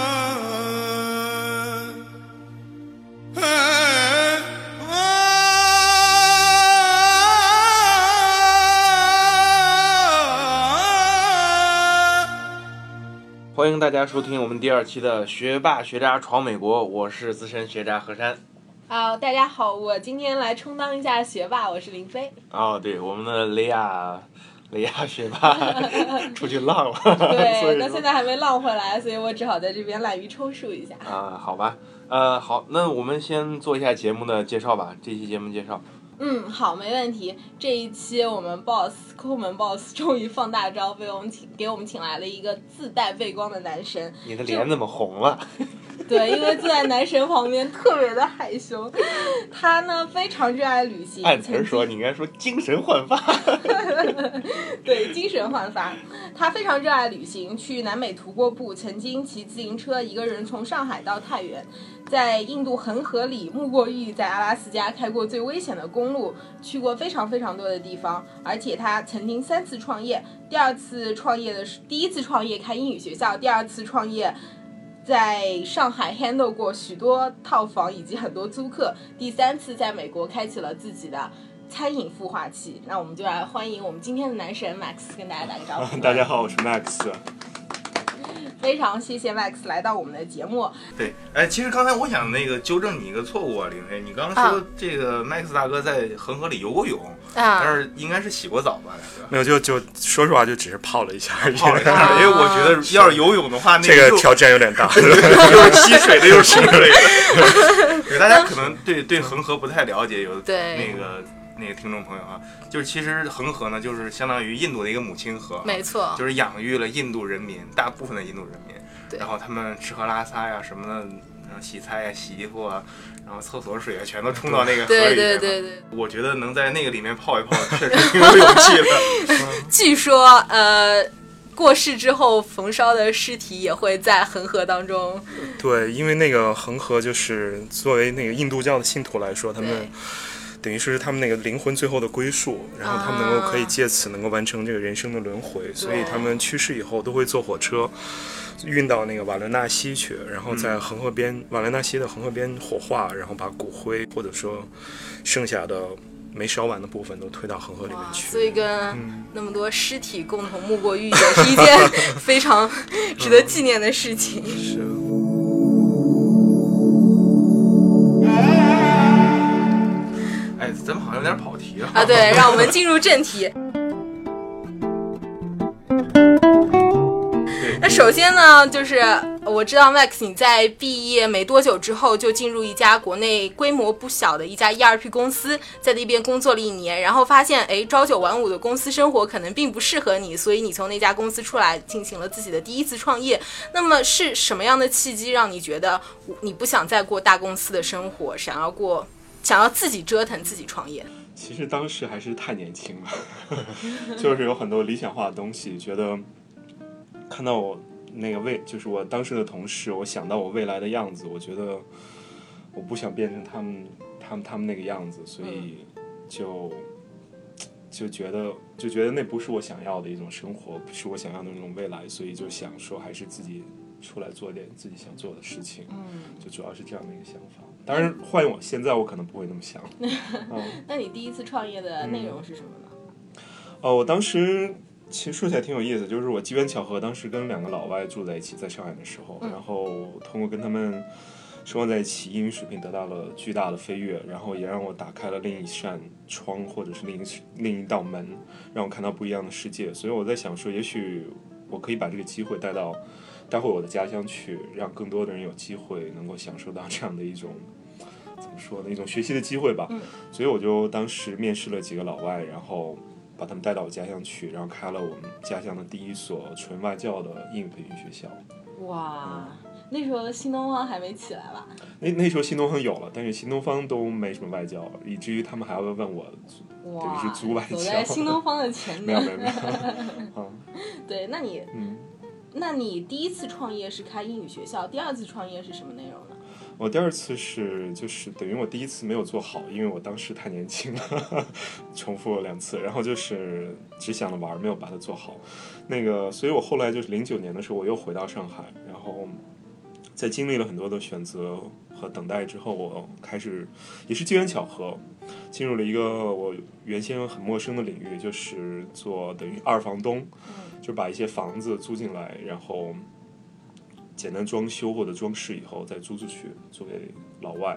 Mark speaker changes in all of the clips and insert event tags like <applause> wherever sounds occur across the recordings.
Speaker 1: oh.
Speaker 2: 欢迎大家收听我们第二期的《学霸学渣闯美国》，我是资深学渣何山。
Speaker 3: 好，啊大家好，我今天来充当一下学霸，我是
Speaker 2: <laughs>
Speaker 3: 林飞。
Speaker 2: 哦，对，我们的雷亚，雷亚学
Speaker 3: <laughs>
Speaker 2: 霸出去浪了， <laughs> 所
Speaker 3: 对，
Speaker 2: 以
Speaker 3: 到
Speaker 2: 说
Speaker 3: 现在还没浪回来，所以我只好在这边滥竽充数
Speaker 2: <laughs>
Speaker 3: 一下。
Speaker 2: 啊、好吧，呃，好，那我们先做一下节目的介绍吧。这期节目介绍，
Speaker 3: 嗯，好，没问题。这一期我们 boss 抠门 boss 终于放大招，被我们请给我们请来了一个自带背光的男神。
Speaker 2: 你的脸怎么红了？
Speaker 3: 对，因为坐在男神旁边特别的害羞，他呢非常热爱旅行。
Speaker 2: <laughs> 按词儿说，你应该说精神焕发。
Speaker 3: 对，精神焕发。他非常热爱旅行，去南美徒过步，曾经骑自行车一个人从上海到太原，在印度恒河里沐过浴，在阿拉斯加开过最危险的公路，去过非常非常多的地方。而且他曾经三次创业，第二次创业的是第一次创业开英语学校，第二次创业。在上海 handle 过许多套房以及很多租客，第三次在美国开启了自己的餐饮孵化器。那我们就来欢迎我们今天的男神 Max 跟大家打个招呼。
Speaker 1: 大家好，我是 Max。
Speaker 3: 非常谢谢 Max 来到我们的节目。
Speaker 2: <laughs> 对，哎，其实刚才我想那个纠正你一个错误啊，林飞，你刚刚说这个麦克斯大哥在恒河里游过泳，但
Speaker 3: 啊，
Speaker 2: 是应该是洗过澡吧？感觉。
Speaker 1: 没有，就就说实话，就只是泡了一下而 <laughs> 已。
Speaker 2: 泡了一 <laughs> 下，因为哎我觉得要是游泳的话，那
Speaker 1: 这个
Speaker 2: 肉
Speaker 1: 挑战有点大， <laughs> 又是吸水的，又是那个。
Speaker 2: 对，大家可能对对恒河不太了解，有
Speaker 4: 对
Speaker 2: 那个那个听众朋友啊，就是其实恒河呢，就是相当于印度的一个母亲河啊，
Speaker 4: 没错，
Speaker 2: 就是养育了印度人民大部分的印度人民，
Speaker 4: 对
Speaker 2: 然后他们吃喝拉撒呀什么的，然后洗菜呀、洗衣服啊，然后厕所水啊，全都冲到那个河里面。
Speaker 4: 对对。对对。
Speaker 2: 我觉得能在那个里面泡一泡，确实挺有勇气的。
Speaker 4: 据说呃，过世之后焚烧的尸体也会在恒河当中。
Speaker 1: 对，因为那个恒河就是作为那个印度教的信徒来说，他们
Speaker 4: 对
Speaker 1: 等于是他们那个灵魂最后的归宿，然后他们能够可以借此能够完成这个人生的轮回，所以他们去世以后都会坐火车。运到那个瓦伦纳西去，然后在恒河边、瓦伦纳西的恒河边火化，然后把骨灰或者说 <laughs> 剩下的没烧完的部分都推到恒河里面
Speaker 4: 哇，
Speaker 1: 去。
Speaker 4: 所以跟那么多尸体共同沐过浴，也是一件 <laughs> 非常值得纪念的事情。
Speaker 1: 是
Speaker 2: 哎，咱们好像有点跑题了
Speaker 4: 啊，对，让我们进入正题。那首先呢，就是我知道 Max 你在毕业没多久之后就进入一家国内规模不小的一家 ERP 公司，在那边工作了一年，然后发现哎，朝九晚五的公司生活可能并不适合你，所以你从那家公司出来，进行了自己的第一次创业。那么是什么样的契机让你觉得你不想再过大公司的生活，想要过想要自己折腾自己创业？
Speaker 1: 其实当时还是太年轻了， <laughs> 就是有很多理想化的东西，觉得看到我那个未，就是我当时的同事，我想到我未来的样子，我觉得我不想变成他们他们他们那个样子，所以就、就觉得就觉得那不是我想要的一种生活，不是我想要的那种未来，所以就想说还是自己出来做点自己想做的事情，
Speaker 3: 嗯，
Speaker 1: 就主要是这样的一个想法。当然，换我现在我可能不会那么想，嗯。
Speaker 3: 那你第一次创业的内容是什么呢？
Speaker 1: 哦，我当时其实说起来挺有意思，就是我机缘巧合，当时跟两个老外住在一起，在上海的时候，然后通过跟他们生活在一起，英语水平得到了巨大的飞跃，然后也让我打开了另一扇窗，或者是另一另一道门，让我看到不一样的世界。所以我在想说，也许我可以把这个机会带到带回我的家乡去，让更多的人有机会能够享受到这样的一种。怎么说呢？一种学习的机会吧，所以我就当时面试了几个老外，然后把他们带到我家乡去，然后开了我们家乡的第一所纯外教的英语培训学校。
Speaker 3: 哇，那时候新东方还没起来吧？
Speaker 1: 那那时候新东方有了，但是新东方都没什么外教了，以至于他们还会问我，
Speaker 3: 哇，
Speaker 1: 等于是租外
Speaker 3: 走
Speaker 1: 墙
Speaker 3: 在新东方的前
Speaker 1: 没有
Speaker 3: 端。
Speaker 1: 没有没有，啊，
Speaker 3: 对，那你，
Speaker 1: <laughs> 嗯，
Speaker 3: 那你第一次创业是开英语学校，第二次创业是什么内容呢？
Speaker 1: 我第二次是就是等于我第一次没有做好，因为我当时太年轻了， <laughs> 重复了两次，然后就是只想着玩，没有把它做好。那个，所以我后来就是零九年的时候，我又回到上海，然后在经历了很多的选择和等待之后，我开始也是机缘巧合，进入了一个我原先很陌生的领域，
Speaker 3: 嗯
Speaker 1: 就是做等于二房东，就把一些房子租进来，然后简单装修或者装饰以后再租出去做给老外，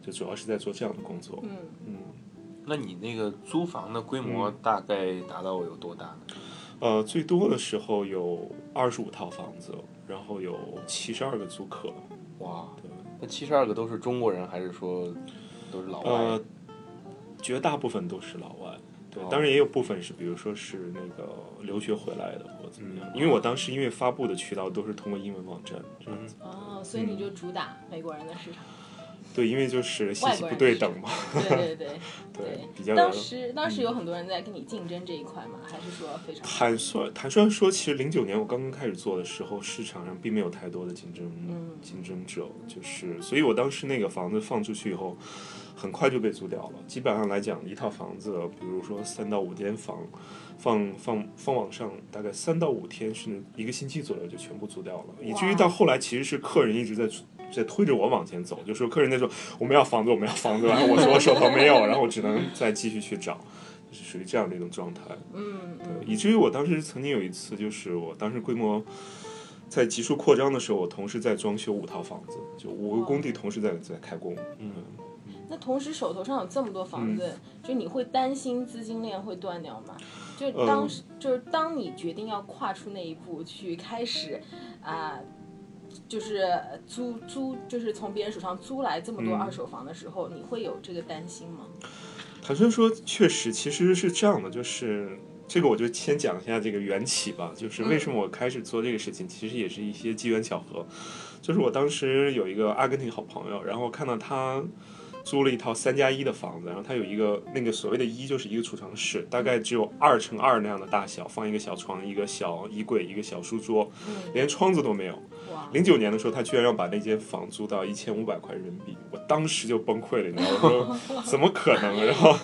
Speaker 1: 就主要是在做这样的工作。嗯
Speaker 5: 那你那个租房的规模大概达到有多大呢？
Speaker 1: 呃，最多的时候有二十五套房子，然后有七十二个租客。
Speaker 5: 哇，那七十二个都是中国人，还是说都是老外？
Speaker 1: 呃，绝大部分都是老外，对，
Speaker 5: 哦
Speaker 1: 当然也有部分是，比如说是那个留学回来的或者怎么样。
Speaker 5: 嗯
Speaker 1: 因为我当时因为发布的渠道都是通过英文网站，这
Speaker 5: 嗯
Speaker 2: 嗯
Speaker 1: 样子。
Speaker 3: 哦，所以
Speaker 1: 嗯
Speaker 3: 你就主打美国人的市场。
Speaker 1: 对，因为就是信
Speaker 3: 外
Speaker 1: 息
Speaker 3: 国
Speaker 1: 不
Speaker 3: 人
Speaker 1: 对
Speaker 3: 是
Speaker 1: 等嘛，
Speaker 3: <laughs> 对对对
Speaker 1: <laughs> 对，比较
Speaker 3: 对。
Speaker 1: 嗯
Speaker 3: 当时当时有很多人在跟你竞争这一块吗？还是说非常
Speaker 1: 坦率坦率说，其实零九年我刚刚开始做的时候，市场上并没有太多的竞争、
Speaker 3: 嗯
Speaker 1: 竞争者，就是，所以我当时那个房子放出去以后，很快就被租掉了。基本上来讲，一套房子，比如说三到五间房，放放放网上，大概三到五天，甚至一个星期左右就全部租掉了，以至于到后来其实是客人一直在在推着我往前走，就说客人在说我们要房子，我们要房子，然后我说我手头没有，然后我只能再继续去找，就是属于这样的一种状态。
Speaker 3: 嗯嗯
Speaker 1: 对以至于我当时曾经有一次，就是我当时规模在急速扩张的时候，我同时在装修五套房子，就五个工地同时在在开工。嗯，
Speaker 3: 那同时手头上有这么多房子，就你会担心资金链会断掉吗？就
Speaker 1: 嗯
Speaker 3: 当时、就是当你决定要跨出那一步去开始啊、就是租租就是从别人手上租来这么多
Speaker 1: 嗯
Speaker 3: 二手房的时候，你会有这个担心吗？
Speaker 1: 坦率说，确实其实是这样的，就是这个我就先讲一下这个缘起吧，就是为什么我开始做这个事情，其实也是一些机缘巧合。就是我当时有一个阿根廷好朋友，然后看到他。租了一套三加一的房子，然后他有一个那个所谓的“一”就是一个储藏室，大概只有二乘二那样的大小，放一个小床、一个小衣柜、一个小书桌，
Speaker 3: 嗯，
Speaker 1: 连窗子都没有。
Speaker 3: 哇，
Speaker 1: 零九年的时候，他居然要把那间房租到一千五百块人民币，我当时就崩溃了，你知道吗？我说怎么可能？然后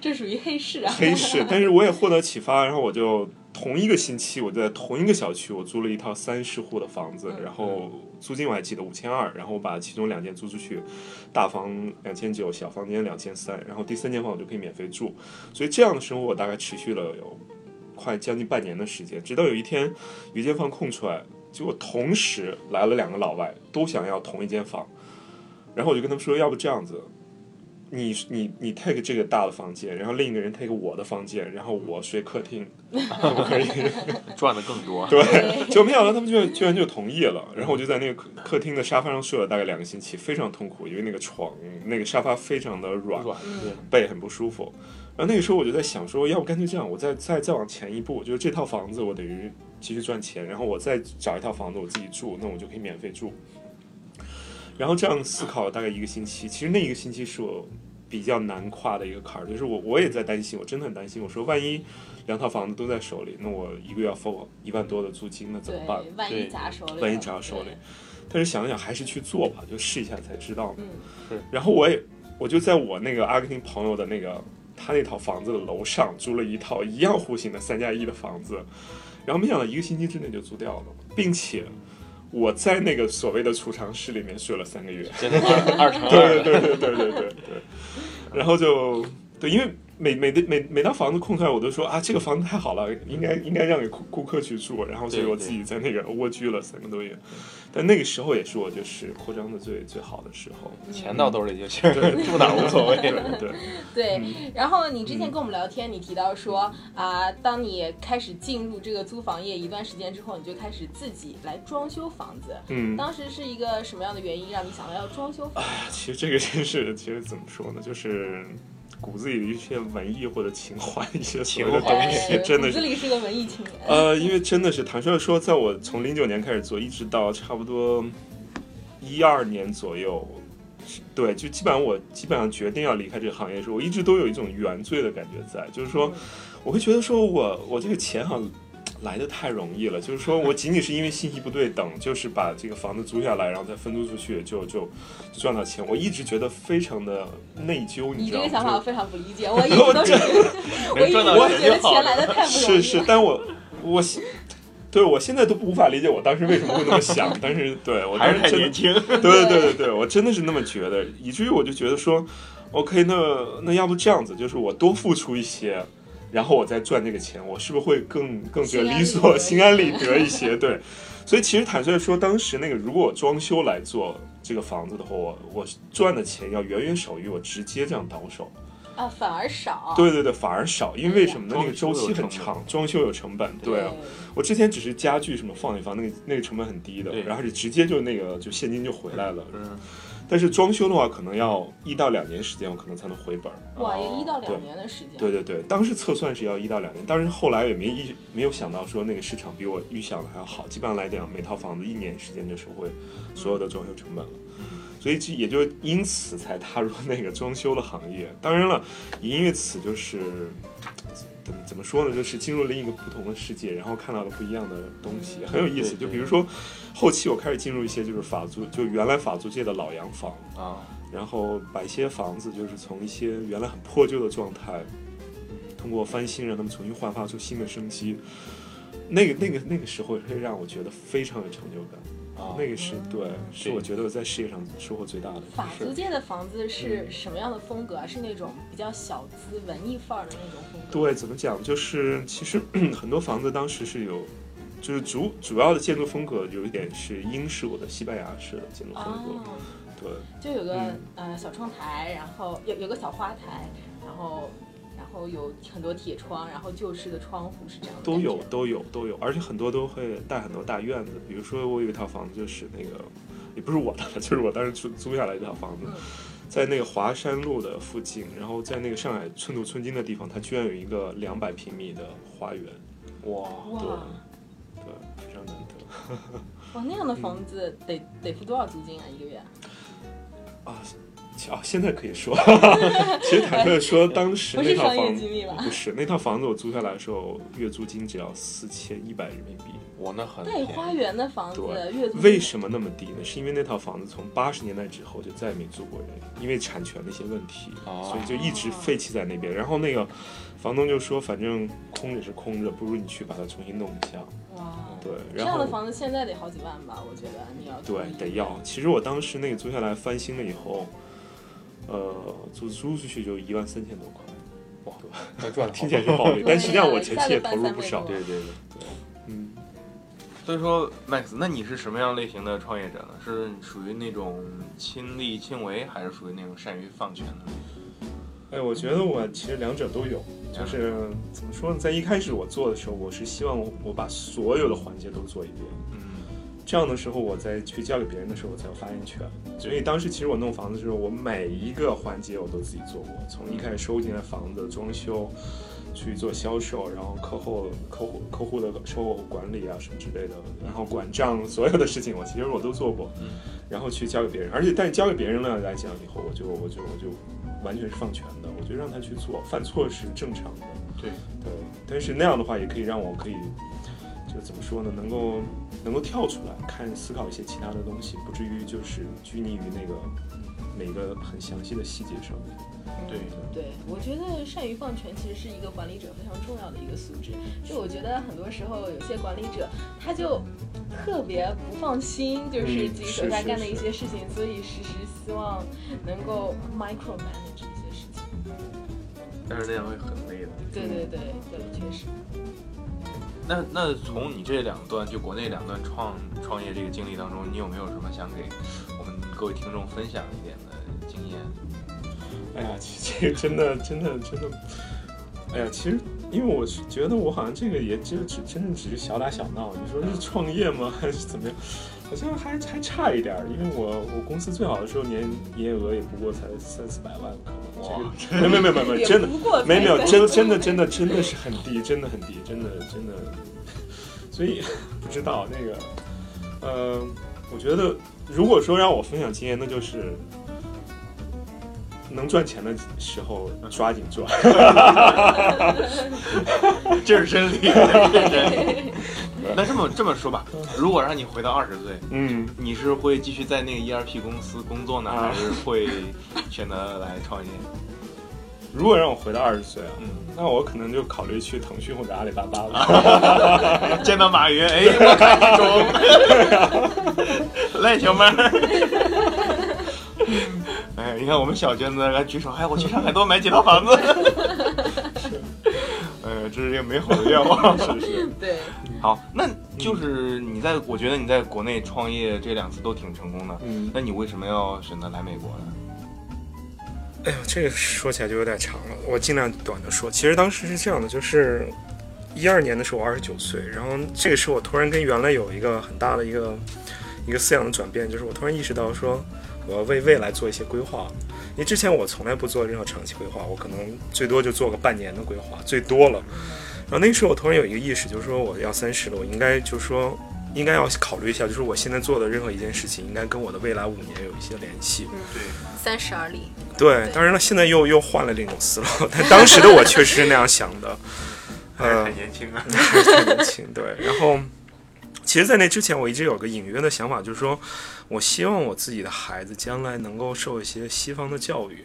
Speaker 3: 这属于黑市啊！
Speaker 1: 黑市，但是我也获得启发，然后我就同一个星期，我在同一个小区，我租了一套三十户的房子，
Speaker 3: 嗯
Speaker 1: 然后租金我还记得五千二，然后我把其中两间租出去，大房两千九，小房间两千三，然后第三间房我就可以免费住，所以这样的生活我大概持续了有快将近半年的时间，直到有一天有一间房空出来，结果同时来了两个老外，都想要同一间房，然后我就跟他们说，要不这样子，你你你 take 这个大的房间，然后另一个人 take 我的房间，然后我睡客厅，可不可以？
Speaker 5: 赚的更多。
Speaker 1: 对， <laughs> 就没想到他们居然居然就同意了。然后我就在那个客客厅的沙发上睡了大概两个星期，非常痛苦，因为那个床那个沙发非常的软，
Speaker 5: 软对，
Speaker 1: 背很不舒服。然后那个时候我就在想说，要不干脆这样，我再再再往前一步，就是这套房子我等于继续赚钱，然后我再找一套房子我自己住，那我就可以免费住。然后这样思考了大概一个星期，其实那一个星期是我比较难跨的一个坎儿，就是我我也在担心，我真的很担心，我说万一两套房子都在手里，那我一个月要付一万多的租金，那怎么
Speaker 3: 对
Speaker 1: 办？，
Speaker 3: 万一
Speaker 5: 对
Speaker 3: 砸手里，
Speaker 1: 万一砸手里
Speaker 3: 对，
Speaker 1: 但是想了想还是去做吧，就试一下才知道嘛。
Speaker 3: 嗯，
Speaker 1: 然后我也我就在我那个阿根廷朋友的那个他那套房子的楼上租了一套一样户型的三加一的房子，然后没想到一个星期之内就租掉了，并且我在那个所谓的储藏室里面睡了三个月。
Speaker 5: 真的二二乘二
Speaker 1: <laughs> 对对对对对对对。然后就对，因为每每的每每套房子空出来，我都说啊，这个房子太好了， <laughs> 应该应该让给顾顾客去住。然后所以
Speaker 5: 对
Speaker 1: 我
Speaker 5: 对
Speaker 1: 自己在那个蜗居了三个多月。但那个时候也是我就是扩张的最最好的时候。
Speaker 5: 钱到兜里就行，住哪儿无所谓。
Speaker 1: 对对。嗯
Speaker 3: 对，然后你之前跟我们聊天，你提到说啊、当你开始进入这个租房业一段时间之后，你就开始自己来装修房子。
Speaker 1: 嗯，
Speaker 3: 当时是一个什么样的原因让你想到要装修
Speaker 1: 啊
Speaker 3: 房？
Speaker 1: 其实这个真是，其实怎么说呢，就是骨子里的一些文艺或者情怀一些所谓的
Speaker 5: 情怀
Speaker 1: 东西， <laughs> 真
Speaker 3: 呃
Speaker 1: 的
Speaker 3: 骨子
Speaker 1: 是。
Speaker 3: 里是个文艺青年。
Speaker 1: 呃，因为真的是坦率地说，在我从零九年开始做，一直到差不多一二年左右，对，就基本上我基本上决定要离开这个行业的时候，我一直都有一种原罪的感觉在，就是说， <laughs> 我会觉得说我我这个钱好像来的太容易了，就是说我仅仅是因为信息不对等，就是把这个房子租下来，然后再分租出去，就就就赚到钱，我一直觉得非常的内疚，你
Speaker 3: 你
Speaker 1: 知
Speaker 3: 这个想
Speaker 1: 道吗？就
Speaker 3: 法我非常不理解，我一
Speaker 1: <laughs>
Speaker 3: 直都是觉得，我一
Speaker 5: 能赚到钱
Speaker 3: 直都是觉得
Speaker 5: 就好
Speaker 3: 钱来的太不容易
Speaker 1: 是
Speaker 3: 了。
Speaker 1: 是，但我我现对我现在都无法理解我当时为什么会那么想，但是对我当
Speaker 5: 还
Speaker 1: 时
Speaker 5: 是太
Speaker 1: 真的
Speaker 5: 年轻，
Speaker 1: 对对对对对，我真的是那么觉得，以至于我就觉得说，OK，那那要不这样子，就是我多付出一些，然后我再赚这个钱，我是不是会更更觉
Speaker 3: 心
Speaker 1: 得
Speaker 3: 安
Speaker 1: 理
Speaker 3: 理
Speaker 1: 所
Speaker 3: 得
Speaker 1: 心安理得一些？对，所以其实坦率地说，当时那个如果我装修来做这个房子的话，我我赚的钱要远远少于我直接这样倒手。
Speaker 3: 啊，反而少。
Speaker 1: 对对对，反而少，因为什么呢？
Speaker 5: 装
Speaker 1: 那个周
Speaker 5: 修有
Speaker 1: 期很
Speaker 5: 成
Speaker 1: 长
Speaker 5: 本，
Speaker 1: 装修有成本。对啊，我之前只是家具什么放一放，那个那个成本很低的
Speaker 5: 对，
Speaker 1: 然后就直接就那个就现金就回来了。
Speaker 5: 嗯，
Speaker 1: 但是装修的话，可能要一到两年时间，我可能才能回本儿。
Speaker 3: 哇，也
Speaker 5: 哦
Speaker 3: 一到
Speaker 1: 对
Speaker 3: 两年的时间。
Speaker 1: 对对对，当时测算是要一到两年，但是后来也没意没有想到说那个市场比我预想的还要好，基本上来讲，每套房子一年时间就收回所有的装修成本了。
Speaker 5: 嗯
Speaker 1: 所以这也就因此才踏入那个装修的行业。当然了，也因为此就是怎么怎么说呢，就是进入另一个不同的世界，然后看到了不一样的东西，很有意思。
Speaker 5: 对对
Speaker 1: 就比如说，后期我开始进入一些就是法租，就原来法租界的老洋房，
Speaker 5: 啊，
Speaker 1: 然后把一些房子就是从一些原来很破旧的状态，通过翻新让他们重新焕发出新的生机。那个、那个、那个时候会让我觉得非常有成就感，
Speaker 5: 啊
Speaker 1: 那个是对，是
Speaker 5: 对
Speaker 1: 我觉得我在事业上收获最大的
Speaker 3: 法
Speaker 1: 事
Speaker 3: 租
Speaker 1: 儿。
Speaker 3: 界的房子是什么样的风格啊？是那种比较小资文艺范儿的那种风格？
Speaker 1: 对，怎么讲？就是 <clears throat> 其实很多房子当时是有，就是主主要的建筑风格有一点是英式或者西班牙式的建筑风格，
Speaker 3: 哦，
Speaker 1: 对。
Speaker 3: 就有个、
Speaker 1: 嗯
Speaker 3: 呃小窗台，然后有有个小花台，然后然后有很多铁窗，然后旧式的窗户是这样的。
Speaker 1: 都有。都有都有，而且很多都会带很多大院子。比如说，我有一套房子，就是那个，也不是我的，就是我当时租租下来一套房子
Speaker 3: 嗯，
Speaker 1: 在那个华山路的附近，然后在那个上海寸土寸金的地方，它居然有一个两百平米的花园，
Speaker 5: 哇，
Speaker 3: 哇
Speaker 1: 对，非常难得
Speaker 3: 哇，那样
Speaker 1: 嗯
Speaker 3: 的房子得得付多少租金啊？一个月啊？
Speaker 1: 啊。其啊，现在可
Speaker 3: <laughs>
Speaker 1: 以说，其实坦克说，当时
Speaker 3: 不
Speaker 1: 那
Speaker 3: 是
Speaker 1: 套
Speaker 3: 商业
Speaker 1: 房嗯
Speaker 3: 机
Speaker 1: 子
Speaker 3: 密吧？
Speaker 1: 不是那套房子，我租下来的时候，月租金只要四千一百人民币。
Speaker 5: 我那很
Speaker 3: 带
Speaker 5: 便宜
Speaker 3: 花园的房子，
Speaker 1: 对
Speaker 3: 月租
Speaker 1: 为
Speaker 3: 金
Speaker 1: 什么那么低呢？是因为那套房子从八十年代之后就再也没租过人，因为产权的一些问题，
Speaker 5: 哦
Speaker 1: 所以就一直废弃在那边。然后那个房东就说，反正空着是空着，不如你去把它重新弄一下。
Speaker 3: 哇，
Speaker 1: 嗯对，
Speaker 3: 这
Speaker 1: 然
Speaker 3: 样的
Speaker 1: 后
Speaker 3: 房子现在得好几万吧？我觉得你要租
Speaker 1: 对
Speaker 3: 一
Speaker 1: 得要。其实我当时那个租下来翻新了以后，呃，租租出去就一万三千多块，
Speaker 5: 那赚得好
Speaker 1: 听
Speaker 3: <laughs>
Speaker 1: 起来是暴利，
Speaker 3: 对
Speaker 1: 但实际上我
Speaker 3: 呀
Speaker 1: 前
Speaker 3: 下
Speaker 1: 期
Speaker 3: 个
Speaker 1: 也
Speaker 3: 班
Speaker 1: 投入
Speaker 3: 三
Speaker 1: 不
Speaker 3: 倍
Speaker 1: 少
Speaker 3: 多。
Speaker 5: 对对对。
Speaker 1: 嗯，
Speaker 5: 所以说，Max，那你是什么样类型的创业者呢？是属于那种亲力亲为，还是属于那种善于放权的？
Speaker 1: 哎，我觉得我其实两者都有，就是怎么说呢，在一开始我做的时候，我是希望我我把所有的环节都做一遍，
Speaker 5: 嗯，
Speaker 1: 这样的时候我再去交给别人的时候，我才有发言权。所以当时其实我弄房子的时候，我每一个环节我都自己做过，从一开始收进来房子装修，去做销售，然后客户客户客户的售后管理啊什么之类的，然后管账所有的事情我其实我都做过，
Speaker 5: 嗯
Speaker 1: 然后去交给别人，而且但是交给别人了来讲以后，我就我就我就完全是放权的，我就让他去做，犯错是正常的。
Speaker 5: 对，
Speaker 1: 对，但是那样的话也可以让我可以，就怎么说呢，能够能够跳出来看思考一些其他的东西，不至于就是拘泥于那个每个很详细的细节上面。
Speaker 5: 对，
Speaker 3: 对，我觉得善于放权其实是一个管理者非常重要的一个素质。就我觉得很多时候有些管理者他就特别不放心，就是
Speaker 1: 嗯
Speaker 3: 自己
Speaker 1: 是
Speaker 3: 手下
Speaker 1: 是
Speaker 3: 干的一
Speaker 1: 是
Speaker 3: 些事情，所以时时希望能够 micromanage 一些事情。
Speaker 5: 但是那样会很累的。
Speaker 3: 对
Speaker 1: 嗯
Speaker 3: 对对对，确实。
Speaker 5: 那那从你这两段就国内两段创创业这个经历当中，你有没有什么想给我们各位听众分享一点的经 <laughs> 验？
Speaker 1: 哎呀，其这个真的真的真的，哎呀，其实因为我是觉得我好像这个也就只真的只是小打小闹，你说是创业吗 <laughs> 还是怎么样？好像还还差一点儿，因为我我公司最好的时候年营业额也不过才三四百万，可能这个 <laughs> 没有没有没有没有真的
Speaker 3: 也不
Speaker 1: <laughs>
Speaker 3: 过才
Speaker 1: 没有没有，
Speaker 3: 三
Speaker 1: 真真的真的真的是很低，真的很低，真的真的， <laughs> 所以不知道那个，呃，我觉得如果说让我分享经验，那就是能赚钱的时候抓紧赚，
Speaker 5: 这是真理，这是 <laughs> 真
Speaker 3: <laughs>
Speaker 5: 理。那这么这么说吧，如果让你回到二十岁，
Speaker 1: 嗯，
Speaker 5: 你是会继续在那个 ERP 公司工作呢，
Speaker 1: 啊
Speaker 5: 还是会选择来创业？
Speaker 1: <laughs> 如果让我回到二十岁啊，
Speaker 5: 嗯，
Speaker 1: 那我可能就考虑去腾讯或者阿里巴巴了，
Speaker 5: 见到马云， <laughs> 哎，我看你中， <laughs> 赖小妹儿。哎， <laughs> 你看我们小娟子来举手，哎，我去上海多买几套房子。这是一个美好的愿望。
Speaker 1: 是是，
Speaker 3: 对，
Speaker 5: 好，那就是你在，我觉得你在国内创业这两次都挺成功的，
Speaker 1: 嗯，
Speaker 5: 那你为什么要选择来美国呢？
Speaker 1: 哎呦，这个说起来就有点长了，我尽量短的说。其实当时是这样的，就是一二年的时候，我二十九岁，然后这个时候我突然跟原来有一个很大的一个一个思想的转变，就是我突然意识到说，我要为未来做一些规划。因为之前我从来不做任何长期规划，我可能最多就做个半年的规划，最多了。然后那个时候我突然有一个意识，就是说我要三十了，我应该就是说应该要考虑一下，就是我现在做的任何一件事情，应该跟我的未来五年有一些联系。
Speaker 2: 对，
Speaker 4: 三十而立，
Speaker 1: 对，当然了，现在又又换了另 <laughs> 一种思路，但当时的我确实是那样想的， <laughs>
Speaker 2: 还是
Speaker 1: 呃
Speaker 2: 很，年轻啊。
Speaker 1: 还是挺年轻，对。然后，其实，在那之前，我一直有个隐约的想法，就是说我希望我自己的孩子将来能够受一些西方的教育。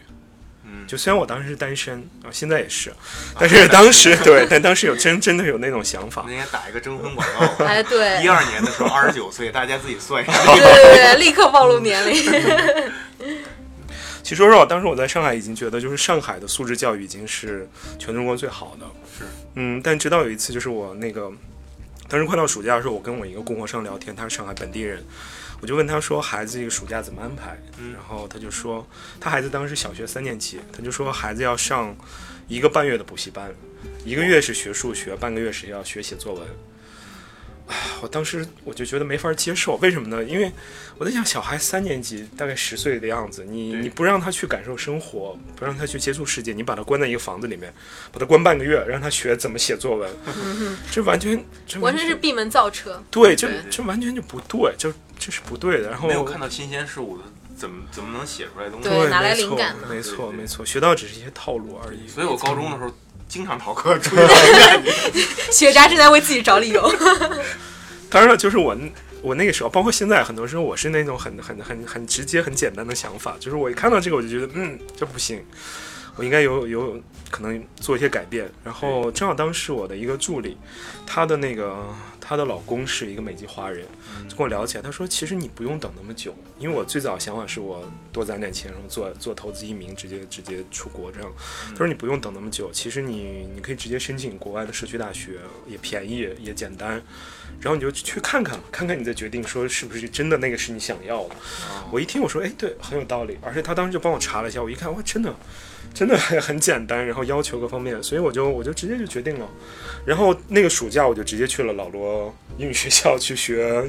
Speaker 2: 嗯，
Speaker 1: 就虽然我当时是单身啊，现在也是，但是
Speaker 2: <laughs>
Speaker 1: 当时对，但当时有真真的有那种想法
Speaker 2: 那。应该打一个征婚广告。
Speaker 4: 哎，对
Speaker 2: 一，二年的时候，二十九岁，大家自己算一下。
Speaker 4: 对对对，立刻暴露年龄。
Speaker 1: 其实说实话，当时我在上海已经觉得，就是上海的素质教育已经是全中国最好的。
Speaker 2: 是，
Speaker 1: 嗯，但直到有一次，就是我那个当时快到暑假的时候，我跟我一个供货商聊天，他是上海本地人，我就问他说孩子这个暑假怎么安排，
Speaker 2: 嗯
Speaker 1: 然后他就说他孩子当时小学三年级，他就说孩子要上一个半月的补习班，一个月是学数学，半个月是要学写作文。唉我当时我就觉得没法接受，为什么呢？因为我在想，小孩三年级，大概十岁的样子，你
Speaker 2: 对
Speaker 1: 你不让他去感受生活，不让他去接触世界，你把他关在一个房子里面，把他关半个月，让他学怎么写作文，这完全这
Speaker 4: 我
Speaker 1: 完
Speaker 4: 真
Speaker 1: 全
Speaker 4: 是闭门造车，
Speaker 1: 对，这
Speaker 4: 对
Speaker 1: 这完全就不对，就这是不对的。然后
Speaker 2: 没有看到新鲜事物的，怎么怎么能写出来东西？
Speaker 4: 对
Speaker 1: 对，
Speaker 4: 哪来
Speaker 1: 没错
Speaker 4: 灵感呢
Speaker 1: 没错，
Speaker 2: 对对
Speaker 1: 没错，学到只是一些套路而已。
Speaker 2: 所以我高中的时候经常逃课，出去玩儿
Speaker 4: 学渣正在为自己找理由。
Speaker 1: 当然了，就是我我那个时候，包括现在，很多时候我是那种很很很很直接、很简单的想法，就是我一看到这个我就觉得，嗯，这不行，我应该有有可能做一些改变。然后正好当时我的一个助理，她的那个她的老公是一个美籍华人，就跟我聊起来，他说其实你不用等那么久，因为我最早想法是我多攒点钱，然后做做投资移民，直接直接出国这样。他说你不用等那么久，其实你你可以直接申请国外的社区大学，也便宜也简单。然后你就去看看，看看你再决定说是不是真的那个是你想要的。我一听我说，哎，对，很有道理。而且他当时就帮我查了一下，我一看，哇，真的，真的很很简单，然后要求各方面，所以我就我就直接就决定了。然后那个暑假我就直接去了老罗英语学校去学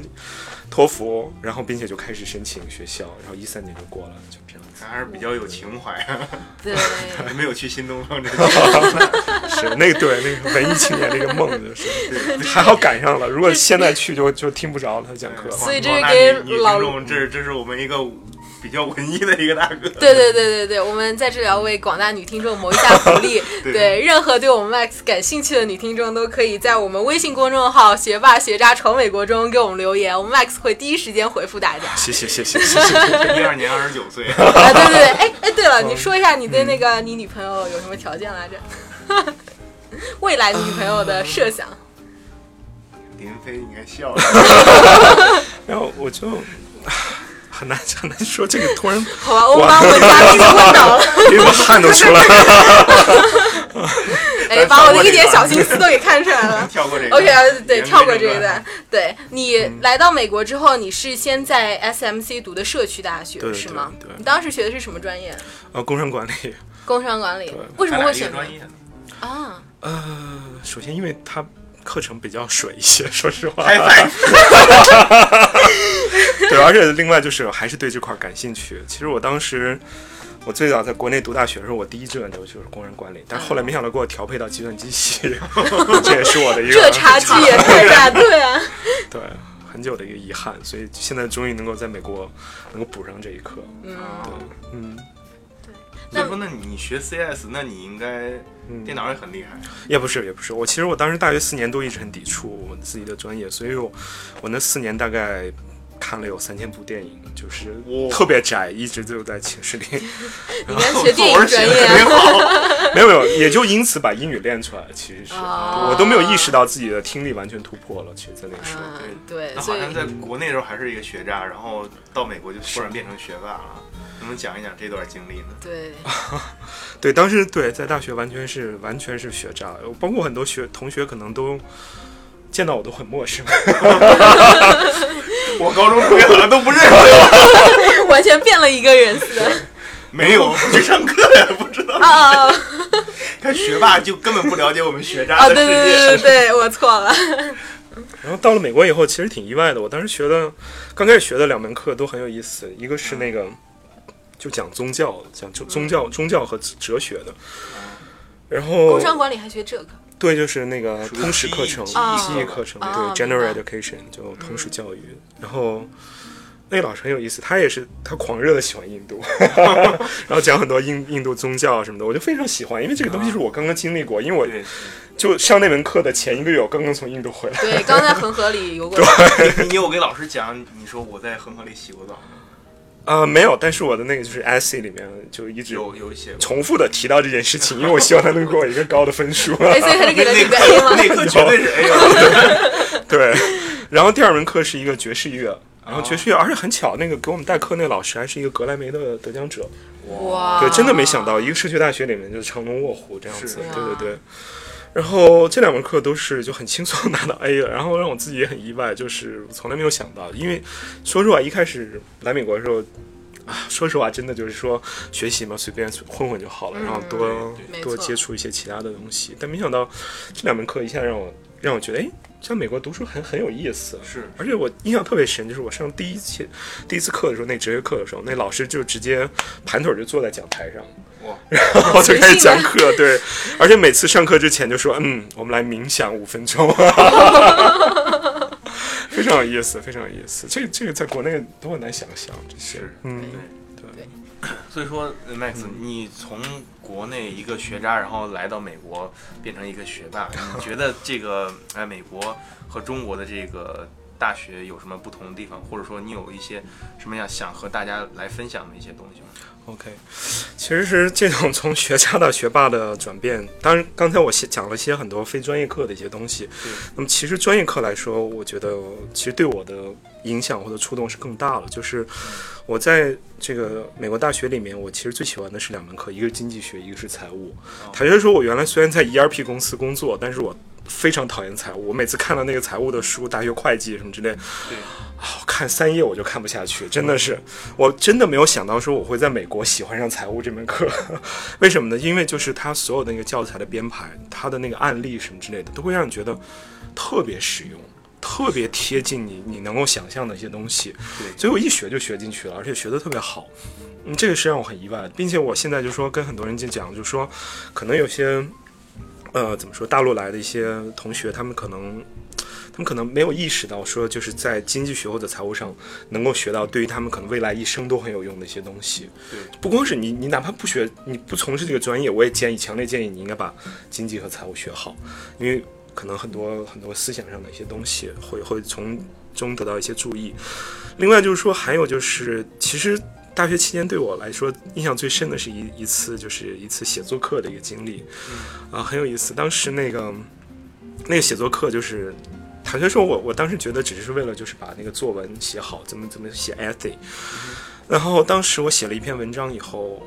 Speaker 1: 托福，然后并且就开始申请学校，然后一三年就过了，就这样子。
Speaker 2: 还是比较有情怀， <laughs>
Speaker 4: 对，
Speaker 2: 还没有去新东方这个。
Speaker 1: 是那个对那个文艺青年那个梦，就是 <laughs> 还好赶上了。如果现在去就就听不着他讲课。
Speaker 4: 所以这是给老
Speaker 2: 听众，这是这是我们一个比较文艺的一个大哥。
Speaker 4: 对对对对对，我们在这里要为广大女听众谋一下福利。
Speaker 2: 对
Speaker 4: 对，任何对我们 Max 感兴趣的女听众，都可以在我们微信公众号“学霸学渣闯美国”中给我们留言，我们 Max 会第一时间回复大家。
Speaker 1: <laughs> 谢谢谢谢谢谢。
Speaker 2: 一二年二十九岁，
Speaker 4: 啊，对对对，哎哎，对了，你说一下你对那个你女朋友有什么条件来着？ <laughs> 未来女朋友的设想，
Speaker 2: <laughs> 林飞，你看笑了。
Speaker 1: 然后我就很难很难说这个，突然
Speaker 4: 好吧，我把我们嘉宾昏倒了，
Speaker 1: 一股汗都出来了。
Speaker 4: 哎，把我的一点小心思都给看出来
Speaker 2: <laughs>
Speaker 4: 了。
Speaker 2: 跳过这个
Speaker 4: <laughs> OK，啊对，跳过这一
Speaker 2: 个
Speaker 4: 段。对你来到美国之后，你是先在 SMC 读的社区大学
Speaker 1: 对
Speaker 4: 是吗
Speaker 1: 对对？
Speaker 4: 你当时学的是什么专业？
Speaker 1: 呃，工商管理，
Speaker 4: 工商管理
Speaker 1: 对。
Speaker 4: 为什么会
Speaker 2: 一个
Speaker 4: 选
Speaker 2: 专业呢？
Speaker 4: 啊？
Speaker 1: 呃，首先因为它课程比较水一些，说实话，
Speaker 2: 哎哎，
Speaker 1: 对，而且另外就是还是对这块儿感兴趣。其实我当时。我最早在国内读大学的时候，我第一志愿就就是工商管理，但后来没想到给我调配到计算机系， <laughs> 这也是我的一个
Speaker 4: 这差距也太大，对啊。
Speaker 1: 对很久的一个遗憾，所以现在终于能够在美国能够补上这一课。嗯，
Speaker 2: 所以说，那你学 CS，那你应该
Speaker 1: 嗯
Speaker 2: 电脑也很厉害。
Speaker 1: 也不是，也不是。我其实我当时大学四年都一直很抵触我自己的专业，所以我我那四年大概。看了有三千部电影，就是
Speaker 2: 哇
Speaker 1: 特别宅，一直就在寝室里。 <laughs>
Speaker 4: 你应该 <laughs> 学电影专
Speaker 2: <laughs>
Speaker 4: 业啊。
Speaker 1: 没有，没有，没有，也就因此把英语练出来了。其实是、
Speaker 4: 哦
Speaker 1: 我都没有意识到自己的听力完全突破了。其实，在那个时候，
Speaker 4: 嗯，对，
Speaker 2: 那
Speaker 4: 所
Speaker 2: 好
Speaker 4: 以
Speaker 2: 像在国内的时候还是一个学渣，然后到美国就突然变成学霸了。能不能讲一讲这段经历呢？
Speaker 4: 对，
Speaker 1: 对，当时对在大学完全是完全是学渣，包括很多学同学可能都见到我都很陌生。
Speaker 2: 我高中同学好像都不认识我，
Speaker 4: <laughs> 完全变了一个人似的。
Speaker 2: 没有我去上课呀，不知 <laughs> 道。
Speaker 4: 啊啊
Speaker 2: 看学霸就根本不了解我们学渣
Speaker 4: 啊！
Speaker 2: 的
Speaker 4: 对
Speaker 2: 世
Speaker 4: 对
Speaker 2: 界。
Speaker 4: 对对对，我错 <laughs> 了。
Speaker 1: 然后到了美国以后，其实挺意外的。我当时学的，刚开始学的两门课都很有意思，一个是那个就讲宗教，讲就宗教、宗教和哲学的，然后
Speaker 4: 嗯工商管理还学这个，
Speaker 1: 对，就是那个
Speaker 2: 于
Speaker 1: 通识课程、
Speaker 2: 记
Speaker 1: 记
Speaker 4: 忆
Speaker 1: 忆课程，
Speaker 4: 啊明白
Speaker 1: 对，general education 就通识教育。然后那个老师很有意思，他也是他狂热的喜欢印度，然后讲很多印印度宗教什么的，我就非常喜欢，因为这个东西是我刚刚经历过，因为我
Speaker 2: 对
Speaker 1: 就上那门课的前一个月，我刚刚从印度回来。
Speaker 4: 对，刚在恒河里游过。
Speaker 2: 你你有给老师讲，你说我在恒河里洗过澡吗，
Speaker 1: 啊，没有，但是我的那个就是 essay 里面就一直
Speaker 2: 有有写过。
Speaker 1: 重复的提到这件事情，因为我希望他能给我一个高的分数。
Speaker 4: 哎，所以他就给了你
Speaker 2: 那
Speaker 4: 个
Speaker 2: 课
Speaker 4: A 吗？
Speaker 2: 那课绝对是 A 了。
Speaker 1: <laughs> 对，然后第二门课是一个爵士乐，然后爵士乐，而且很巧，那个给我们代课那个老师还是一个格莱美的得奖者，
Speaker 4: 哇，
Speaker 1: 对，真的没想到一个社区大学里面就是藏龙卧虎这样
Speaker 2: 是
Speaker 1: 子，
Speaker 4: 啊
Speaker 1: 对对对。然后这两门课都是就很轻松地拿到 A 了，然后让我自己也很意外，就是我从来没有想到，因为说实话，一开始来美国的时候。啊，说实话，真的就是说学习嘛，随便混混就好了，然后多、
Speaker 4: 嗯对
Speaker 1: 多
Speaker 4: 没错
Speaker 1: 接触一些其他的东西。但没想到这两门课一下让我让我觉得，哎，在美国读书很很有意思。啊
Speaker 2: 是
Speaker 1: 而且我印象特别深，就是我上第一期第一次课的时候，那职业课的时候，那老师就直接盘腿就坐在讲台上，
Speaker 2: 哇
Speaker 1: 然后就开始讲课，对，而且每次上课之前就说，嗯，我们来冥想五分钟，非常有意思，非常有意思，这个这个在国内都很难想象这些，
Speaker 2: 是，
Speaker 1: 嗯，
Speaker 2: 对
Speaker 4: 对
Speaker 2: <laughs> 所以说呃，Max，你从国内一个学渣，然后来到美国，变成一个学霸，你觉得这个哎，美国和中国的这个大学有什么不同的地方，或者说你有一些什么样想和大家来分享的一些东西吗？
Speaker 1: OK，其实是这种从学渣到学霸的转变。 <laughs> 当然，刚才我先讲了一些很多非专业课的一些东西。那么，其实专业课来说，我觉得其实对我的影响或者触动是更大了。就是我在这个美国大学里面，我其实最喜欢的是两门课，一个是经济学，一个是财务。坦白说，我原来虽然在 ERP 公司工作，但是我非常讨厌财务。我每次看到那个财务的书，大学会计什么之类，
Speaker 2: 对
Speaker 1: 啊，我看三页我就看不下去，真的是，我真的没有想到说我会在美国喜欢上财务这门课， <laughs> 为什么呢？因为就是它所有的那个教材的编排，它的那个案例什么之类的，都会让你觉得特别实用。特别贴近你你能够想象的一些东西，
Speaker 2: 对
Speaker 1: 所以我一学就学进去了，而且学得特别好，嗯，这个是让我很意外的，并且我现在就说跟很多人就讲，就说可能有些呃怎么说，大陆来的一些同学，他们可能他们可能没有意识到说，就是在经济学或者财务上能够学到对于他们可能未来一生都很有用的一些东西。
Speaker 2: 对，
Speaker 1: 不光是你，你哪怕不学，你不从事这个专业，我也建议强烈建议你应该把经济和财务学好，因为可能很多很多思想上的一些东西会会从中得到一些注意。另外就是说，还有就是，其实大学期间对我来说印象最深的是一一次就是一次写作课的一个经历，啊、很有意思。当时那个那个写作课就是。坦率说我，我当时觉得只是为了就是把那个作文写好，怎么怎么写 essay，然后当时我写了一篇文章以后，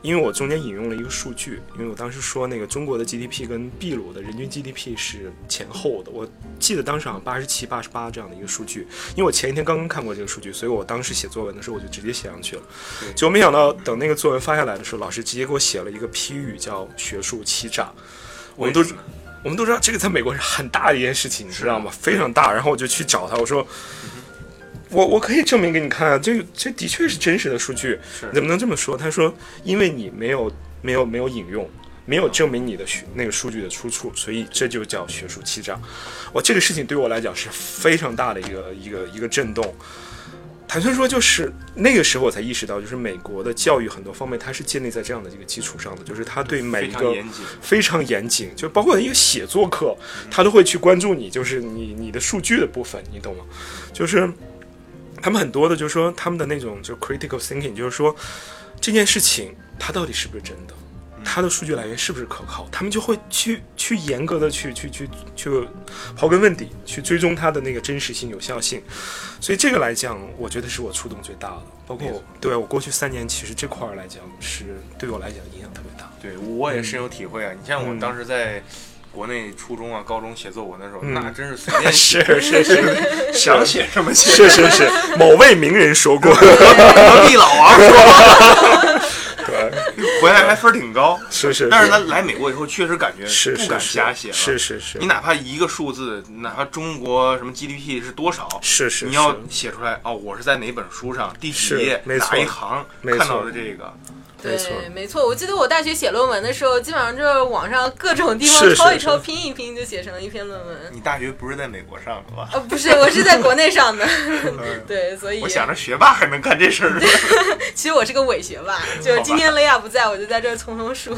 Speaker 1: 因为我中间引用了一个数据，因为我当时说那个中国的 GDP 跟秘鲁的人均 GDP 是前后的，我记得当时好像八十七、八十八这样的一个数据，因为我前一天刚刚看过这个数据，所以我当时写作文的时候我就直接写上去了，
Speaker 2: 对
Speaker 1: 结果没想到等那个作文发下来的时候，老师直接给我写了一个批语叫“学术欺诈”，我们都
Speaker 2: 为什么
Speaker 1: 我们都知道这个在美国是很大的一件事情，你知道吗？非常大。然后我就去找他，我说。我我可以证明给你看啊，这个这的确是真实的数据，
Speaker 2: 是
Speaker 1: 你怎么能这么说？他说，因为你没有没有没有引用，没有证明你的学那个数据的出处，所以这就叫学术欺诈。我这个事情对我来讲是非常大的一个一个一个震动。坦率说，就是那个时候我才意识到，就是美国的教育很多方面它是建立在这样的一个基础上的，就是它对
Speaker 2: 非
Speaker 1: 每一
Speaker 2: 常
Speaker 1: 个
Speaker 2: 严谨。
Speaker 1: 非常严谨，就包括一个写作课，他都会去关注你，就是你你的数据的部分，你懂吗？就是他们很多的就是说他们的那种就 critical thinking，就是说这件事情它到底是不是真的，它的数据来源是不是可靠，他们就会去去严格的去去去去刨根问底，去追踪它的那个真实性、有效性。所以这个来讲，我觉得是我触动最大的。包括我对我过去三年，其实这块儿来讲是对我来讲影响特别大。
Speaker 2: 对我也
Speaker 1: 嗯
Speaker 2: 深有体会啊。你像我当时在国内初中啊、高中写作文的时候，
Speaker 1: 嗯
Speaker 2: 那真是随便写，
Speaker 1: <laughs> 是是
Speaker 2: <laughs>
Speaker 1: 是
Speaker 2: 想写什么写。
Speaker 1: 是是是，某位名人
Speaker 2: <laughs>
Speaker 1: 说过，
Speaker 2: 地老王
Speaker 1: <laughs>
Speaker 2: 说 <laughs>
Speaker 1: 对，
Speaker 2: 回来还分儿挺高，
Speaker 1: 是是，
Speaker 2: 但是他来美国以后，确实感觉
Speaker 1: 是
Speaker 2: 不
Speaker 1: 是
Speaker 2: 敢
Speaker 1: 是
Speaker 2: 瞎写了。啊
Speaker 1: 是是是
Speaker 2: 你哪怕一个数字，哪怕中国什么 GDP 是多少，
Speaker 1: 是是，
Speaker 2: 你要写出来哦，我是在哪本书上第几
Speaker 1: 是
Speaker 2: 页
Speaker 1: 没
Speaker 2: 哪
Speaker 1: 错
Speaker 2: 一行
Speaker 1: 没
Speaker 2: 看到
Speaker 1: 错
Speaker 2: 的这个，
Speaker 1: 没错
Speaker 4: 对，没错。我记得我大学写论文的时候，基本上就是网上各种地方
Speaker 1: 是
Speaker 4: 抄一
Speaker 1: 是
Speaker 4: 抄、
Speaker 1: 是
Speaker 4: 拼一拼，就写成了一篇论文。
Speaker 2: 你大学不是在美国上的
Speaker 4: <laughs>
Speaker 2: 吧？
Speaker 4: 呃，不是，我是在国内上的， <laughs> 对，所以
Speaker 2: 我想着学霸还能干这事儿呢，
Speaker 4: 其实我是个伪学霸，就是今天雷亚不在，我就在这儿从从说。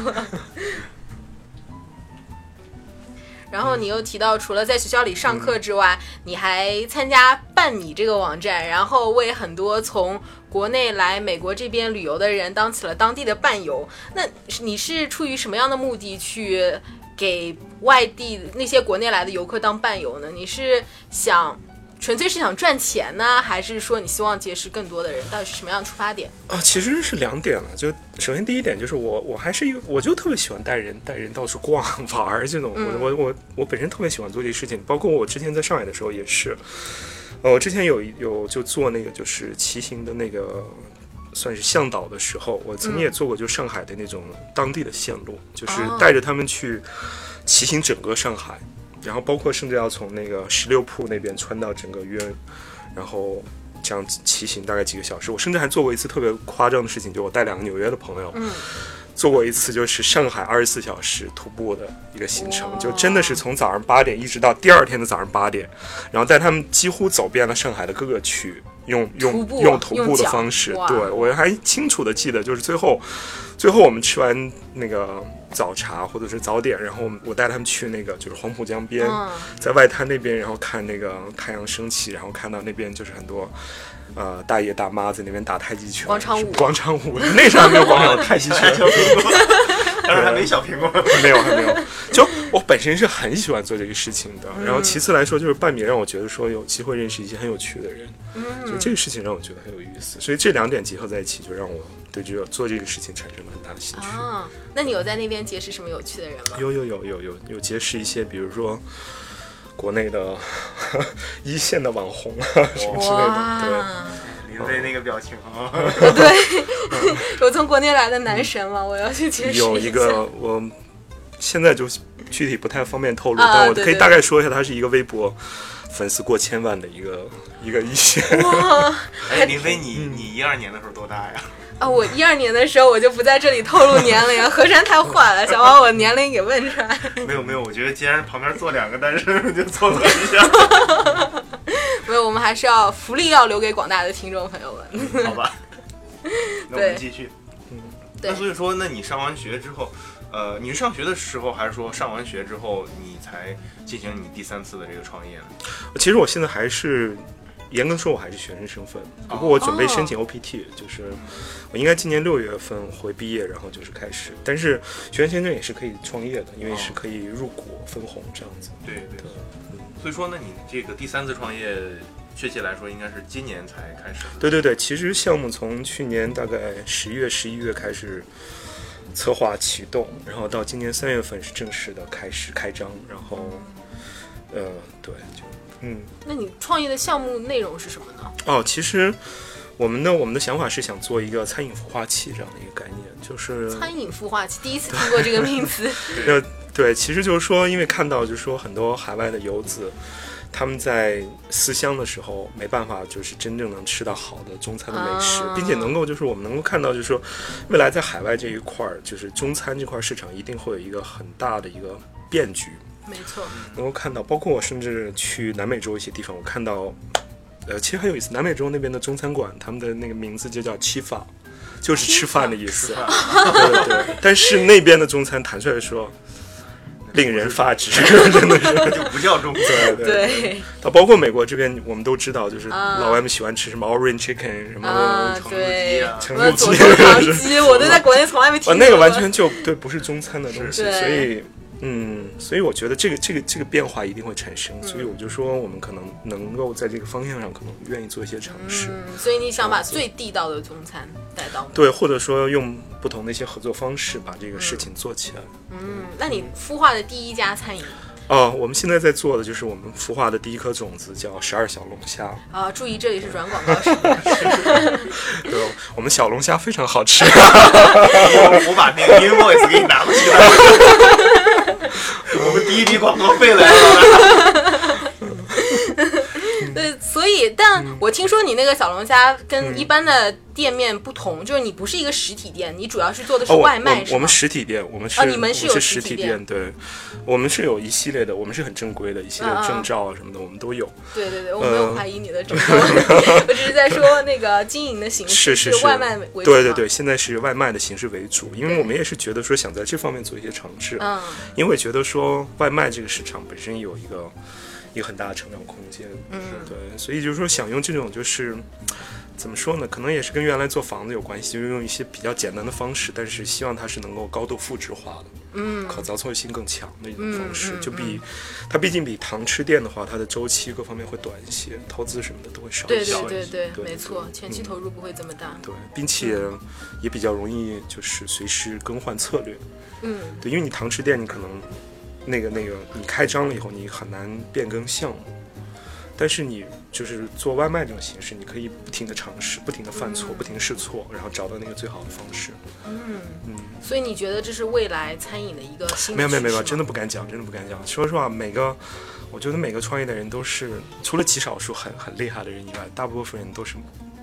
Speaker 4: 然后你又提到，除了在学校里上课之外，你还参加半米这个网站，然后为很多从国内来美国这边旅游的人当起了当地的伴游。那你是出于什么样的目的去给外地那些国内来的游客当伴游呢？你是想纯粹是想赚钱呢，还是说你希望结识更多的人？到底是什么样的出发点？
Speaker 1: 啊，其实是两点了。就首先第一点就是我，我还是一个，我就特别喜欢带人带人到处逛 <laughs> 玩儿这种。我我我我本身特别喜欢做这些事情，包括我之前在上海的时候也是。呃，我之前有一有就做那个就是骑行的那个算是向导的时候，我曾经也做过就上海的那种当地的线路，就是
Speaker 4: 哦
Speaker 1: 带着他们去骑行整个上海，然后包括甚至要从那个十六铺那边穿到整个约，然后这样骑行大概几个小时。我甚至还做过一次特别夸张的事情，就我带两个纽约的朋友，做过一次就是上海二十四小时徒步的一个行程
Speaker 4: 哇，
Speaker 1: 就真的是从早上八点一直到第二天的早上八点，然后带他们几乎走遍了上海的各个区，用
Speaker 4: 徒
Speaker 1: 用
Speaker 4: 步
Speaker 1: 用徒
Speaker 4: 用
Speaker 1: 步的
Speaker 4: 脚
Speaker 1: 方式
Speaker 4: 哇，
Speaker 1: 对我还清楚的记得，就是最后最后我们吃完那个。早茶或者是早点，然后我们我带他们去那个就是黄浦江边，
Speaker 4: 嗯
Speaker 1: 在外滩那边，然后看那个太阳升起，然后看到那边就是很多，呃，大爷大妈在那边打太极拳，
Speaker 4: 广场舞
Speaker 1: 广场舞， <laughs> 那时候还没有广场舞，太极拳，
Speaker 2: 当然还没小苹果。
Speaker 1: 没有，还没有。就我本身是很喜欢做这个事情的，
Speaker 4: 嗯
Speaker 1: 然后其次来说，就是半米让我觉得说有机会认识一些很有趣的人，
Speaker 4: 嗯
Speaker 1: 所以这个事情让我觉得很有意思，所以这两点结合在一起，就让我对这个做这个事情产生了很大的兴趣。
Speaker 4: 啊，那你有在那边结识什么有趣的人吗？
Speaker 1: 有有有有有有结识一些，比如说国内的 <laughs> 一线的网红啊什么之类的，对。
Speaker 2: 林
Speaker 4: 哇，
Speaker 2: 飞那个表情啊，
Speaker 4: 有从国内来的男神吗？我要去结识
Speaker 1: 有
Speaker 4: 一
Speaker 1: 一
Speaker 4: 下
Speaker 1: 个我现在就具体不太方便透露，
Speaker 4: 啊
Speaker 1: 但我
Speaker 4: 对
Speaker 1: 可以
Speaker 4: 对
Speaker 1: 大概说一下，他是一个微博粉丝过千万的一个一个一线，
Speaker 4: 哇
Speaker 2: 哎，林飞，你你一二年的时候多大呀？
Speaker 4: 啊！我一二年的时候我就不在这里透露年龄，何山太坏了，想把我年龄给问出来。
Speaker 2: 没有没有，我觉得既然旁边坐两个单身，就凑合一下，
Speaker 4: <laughs> 没有，我们还是要福利要留给广大的听众朋友们。
Speaker 2: 好吧？那我
Speaker 4: 对
Speaker 2: 们继续。嗯
Speaker 4: 对
Speaker 2: 那所以说，那你上完学之后，呃，你是上学的时候，还是说上完学之后你才进行你第三次的这个创业呢？
Speaker 1: <laughs> 其实我现在还是，严格说，我还是学生身份。不过我准
Speaker 4: 哦
Speaker 1: 备申请 OPT，、就是我应该今年六月份会毕业，然后就是开始。但是学生签证也是可以创业的，因为
Speaker 4: 哦
Speaker 1: 是可以入股分红这样子。
Speaker 2: 对对。所以说，那你这个第三次创业，确切来说应该是今年才开始的。
Speaker 1: 对对对，其实项目从去年大概十月、十一月开始策划启动，然后到今年三月份是正式的开始开张，然后呃，对，就嗯。
Speaker 4: <laughs> 那你创业的项目内容是什么呢？
Speaker 1: 哦，其实我们呢，我们的想法是想做一个餐饮孵化器这样的一个概念，就是
Speaker 4: 餐饮孵化器，第一次听过这个名 <laughs> 词。
Speaker 1: 呃，对，其实就是说，因为看到就是说很多海外的游子，他们在思乡的时候没办法，就是真正能吃到好的中餐的美食，
Speaker 4: 啊
Speaker 1: 并且能够就是我们能够看到，就是说未来在海外这一块儿，就是中餐这块市场一定会有一个很大的一个变局。
Speaker 4: 没错，
Speaker 1: 能够看到，包括我甚至去南美洲一些地方，我看到，呃，其实很有意思，南美洲那边的中餐馆，他们的那个名字就叫吃法， <laughs> 就是吃饭的意思。对对对。但是那边的中餐，坦率的说，令人发指，真的是。
Speaker 2: 就不叫中国。 <laughs>
Speaker 1: 对对
Speaker 4: <laughs> 对
Speaker 1: 它包括美国这边，我们都知道，就是
Speaker 4: 啊
Speaker 1: 老外们喜欢吃什么 orange chicken 什
Speaker 4: 啊
Speaker 1: 么，
Speaker 4: 对，
Speaker 2: 啊
Speaker 1: 橙
Speaker 4: 我
Speaker 1: 子
Speaker 4: 的左
Speaker 1: 鸡，
Speaker 4: 宗棠
Speaker 1: 是
Speaker 4: 鸡，我都在国内从来没听
Speaker 1: <laughs>
Speaker 4: 过。
Speaker 1: 啊，那个完全就对，不是中餐的东西，
Speaker 4: 是
Speaker 1: 所以。嗯，所以我觉得这个这个这个变化一定会产生，
Speaker 4: 嗯
Speaker 1: 所以我就说我们可能能够在这个方向上，可能愿意做一些尝试，
Speaker 4: 嗯，所以你想把最地道的中餐带到我们？
Speaker 1: 对，或者说用不同的一些合作方式把这个事情做起来。
Speaker 4: 嗯，那你孵化的第一家餐饮
Speaker 1: 哦，我们现在在做的就是我们孵化的第一颗种子叫十二小龙虾，
Speaker 4: 啊，注意这里是软
Speaker 1: <laughs>
Speaker 4: 广告时间。
Speaker 1: 对吧，我们小龙虾非常
Speaker 4: <laughs>
Speaker 1: 好吃，哦
Speaker 2: 我我把那个 invoice 给你拿过去
Speaker 1: <laughs>
Speaker 2: 了。我们第一笔广告费来
Speaker 4: <laughs>
Speaker 2: 了，
Speaker 4: 对，所以，但
Speaker 1: 嗯
Speaker 4: 我听说你那个小龙虾跟一般的店面不同，就是你不是一个实体店，你主要是做的是
Speaker 1: 哦，我
Speaker 4: 外卖，
Speaker 1: 我
Speaker 4: 是
Speaker 1: 我
Speaker 4: 吗
Speaker 1: 们？实体店，我们是、
Speaker 4: 啊你们是
Speaker 1: 是
Speaker 4: 有实
Speaker 1: 实
Speaker 4: 体
Speaker 1: 体
Speaker 4: 店
Speaker 1: 对，我们是有一系列的，我们是很正规的一系列
Speaker 4: 嗯嗯
Speaker 1: 的
Speaker 4: 嗯
Speaker 1: 证照啊什么的，我们都有。
Speaker 4: 对对
Speaker 1: 呃
Speaker 4: 对，我没有怀疑你的
Speaker 1: <laughs>
Speaker 4: 这个，我只是在说那个经营的形式
Speaker 1: 是是
Speaker 4: 外卖为主嘛
Speaker 1: 对对对，，现在是外卖的形式为主，因为我们也是觉得说想在这方面做一些尝试，啊
Speaker 4: 嗯
Speaker 1: 因为觉得说外卖这个市场本身有一个一个很大的成长空间，
Speaker 4: 嗯
Speaker 1: 对，所以就是说想用这种就是。怎么说呢？可能也是跟原来做房子有关系，就用一些比较简单的方式，但是希望它是能够高度复制化的。
Speaker 4: 嗯
Speaker 1: 可操作性更强的一种方式，
Speaker 4: 嗯
Speaker 1: 就比它毕竟比糖吃店的话，它的周期各方面会短一些，投资什么的都会少
Speaker 4: 对
Speaker 1: 一些。
Speaker 4: 对对对，
Speaker 1: 对
Speaker 4: 没错，
Speaker 1: 对嗯
Speaker 4: 前期投入不会这么大。
Speaker 1: 对，并且也比较容易就是随时更换策略。
Speaker 4: 嗯
Speaker 1: 对，因为你糖吃店，你可能那个那个你开张了以后，你很难变更项目。但是你就是做外卖这种形式，你可以不停的尝试，不停的犯错，不停地试错，然后找到那个最好的方式。
Speaker 4: 嗯，
Speaker 1: 嗯，
Speaker 4: 所以你觉得这是未来餐饮的一个新
Speaker 1: 没有没有没有，真
Speaker 4: 的
Speaker 1: 的不敢讲，真的不敢讲。说实话，每个我觉得每个创业的人都是，除了极少数很很厉害的人以外，大部分人都是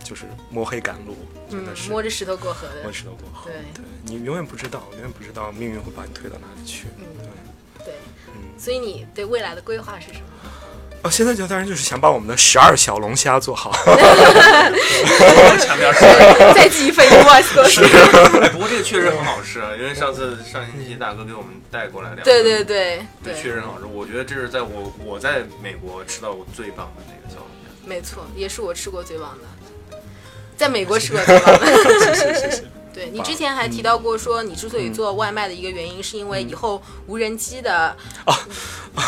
Speaker 1: 就是摸黑赶路，真
Speaker 4: 嗯
Speaker 1: 的是
Speaker 4: 摸着石头过河的
Speaker 1: 摸。石头过河。
Speaker 4: 对
Speaker 1: 对你永远不知道，永远不知道命运会把你推到哪里去。
Speaker 4: 嗯
Speaker 1: 对，
Speaker 4: 对，
Speaker 1: 嗯。
Speaker 4: 所以你对未来的规划是什么？
Speaker 1: 哦，现在就当然就是想把我们的十二小龙虾做好。 <laughs>
Speaker 2: 强调是。
Speaker 4: 再记一份
Speaker 1: <laughs>
Speaker 4: invoice 过去。
Speaker 2: 哎，不过这个确实很好吃，啊，因为上次上星期大哥给我们带过来两个，
Speaker 4: 对对对
Speaker 2: 对，确
Speaker 4: 对，
Speaker 2: 实很好吃。我觉得这是在我我在美国吃到我最棒的那个小龙虾。
Speaker 4: 没错，也是我吃过最棒的，在美国吃过最棒的。
Speaker 1: 谢谢谢谢。
Speaker 4: 对你之前还提到过，说你之所以做外卖的一个原因，是因为以后无人机的
Speaker 1: 哦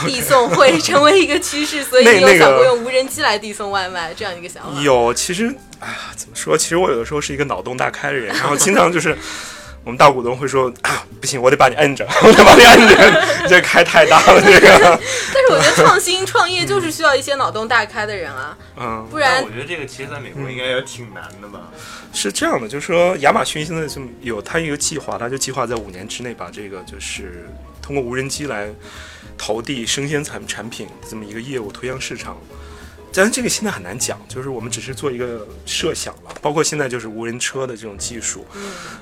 Speaker 4: 递送会成为一个趋势，
Speaker 1: <laughs>
Speaker 4: 所以
Speaker 1: 那
Speaker 4: 你有
Speaker 1: 那个
Speaker 4: 想过用无人机来递送外卖这样一个想法？
Speaker 1: 有，其实啊，怎么说？其实我有的时候是一个脑洞大开的人，然后经常就是 <laughs> 我们大股东会说 <clears throat> 啊，不行，我得把你摁着， <laughs> 我得把你摁着， <laughs> 这开太大了，这个，
Speaker 4: 但是我觉得创新创业就是需要一些脑洞大开的人啊，
Speaker 1: 嗯，
Speaker 4: 不
Speaker 2: 但
Speaker 4: 然
Speaker 2: 我觉得这个其实在美国应该也挺难的吧？
Speaker 1: 是这样的，就是说亚马逊现在就有它一个计划，它就计划在五年之内把这个就是通过无人机来投递生鲜产产品这么一个业务推向市场。但是这个现在很难讲，就是我们只是做一个设想了，包括现在就是无人车的这种技术，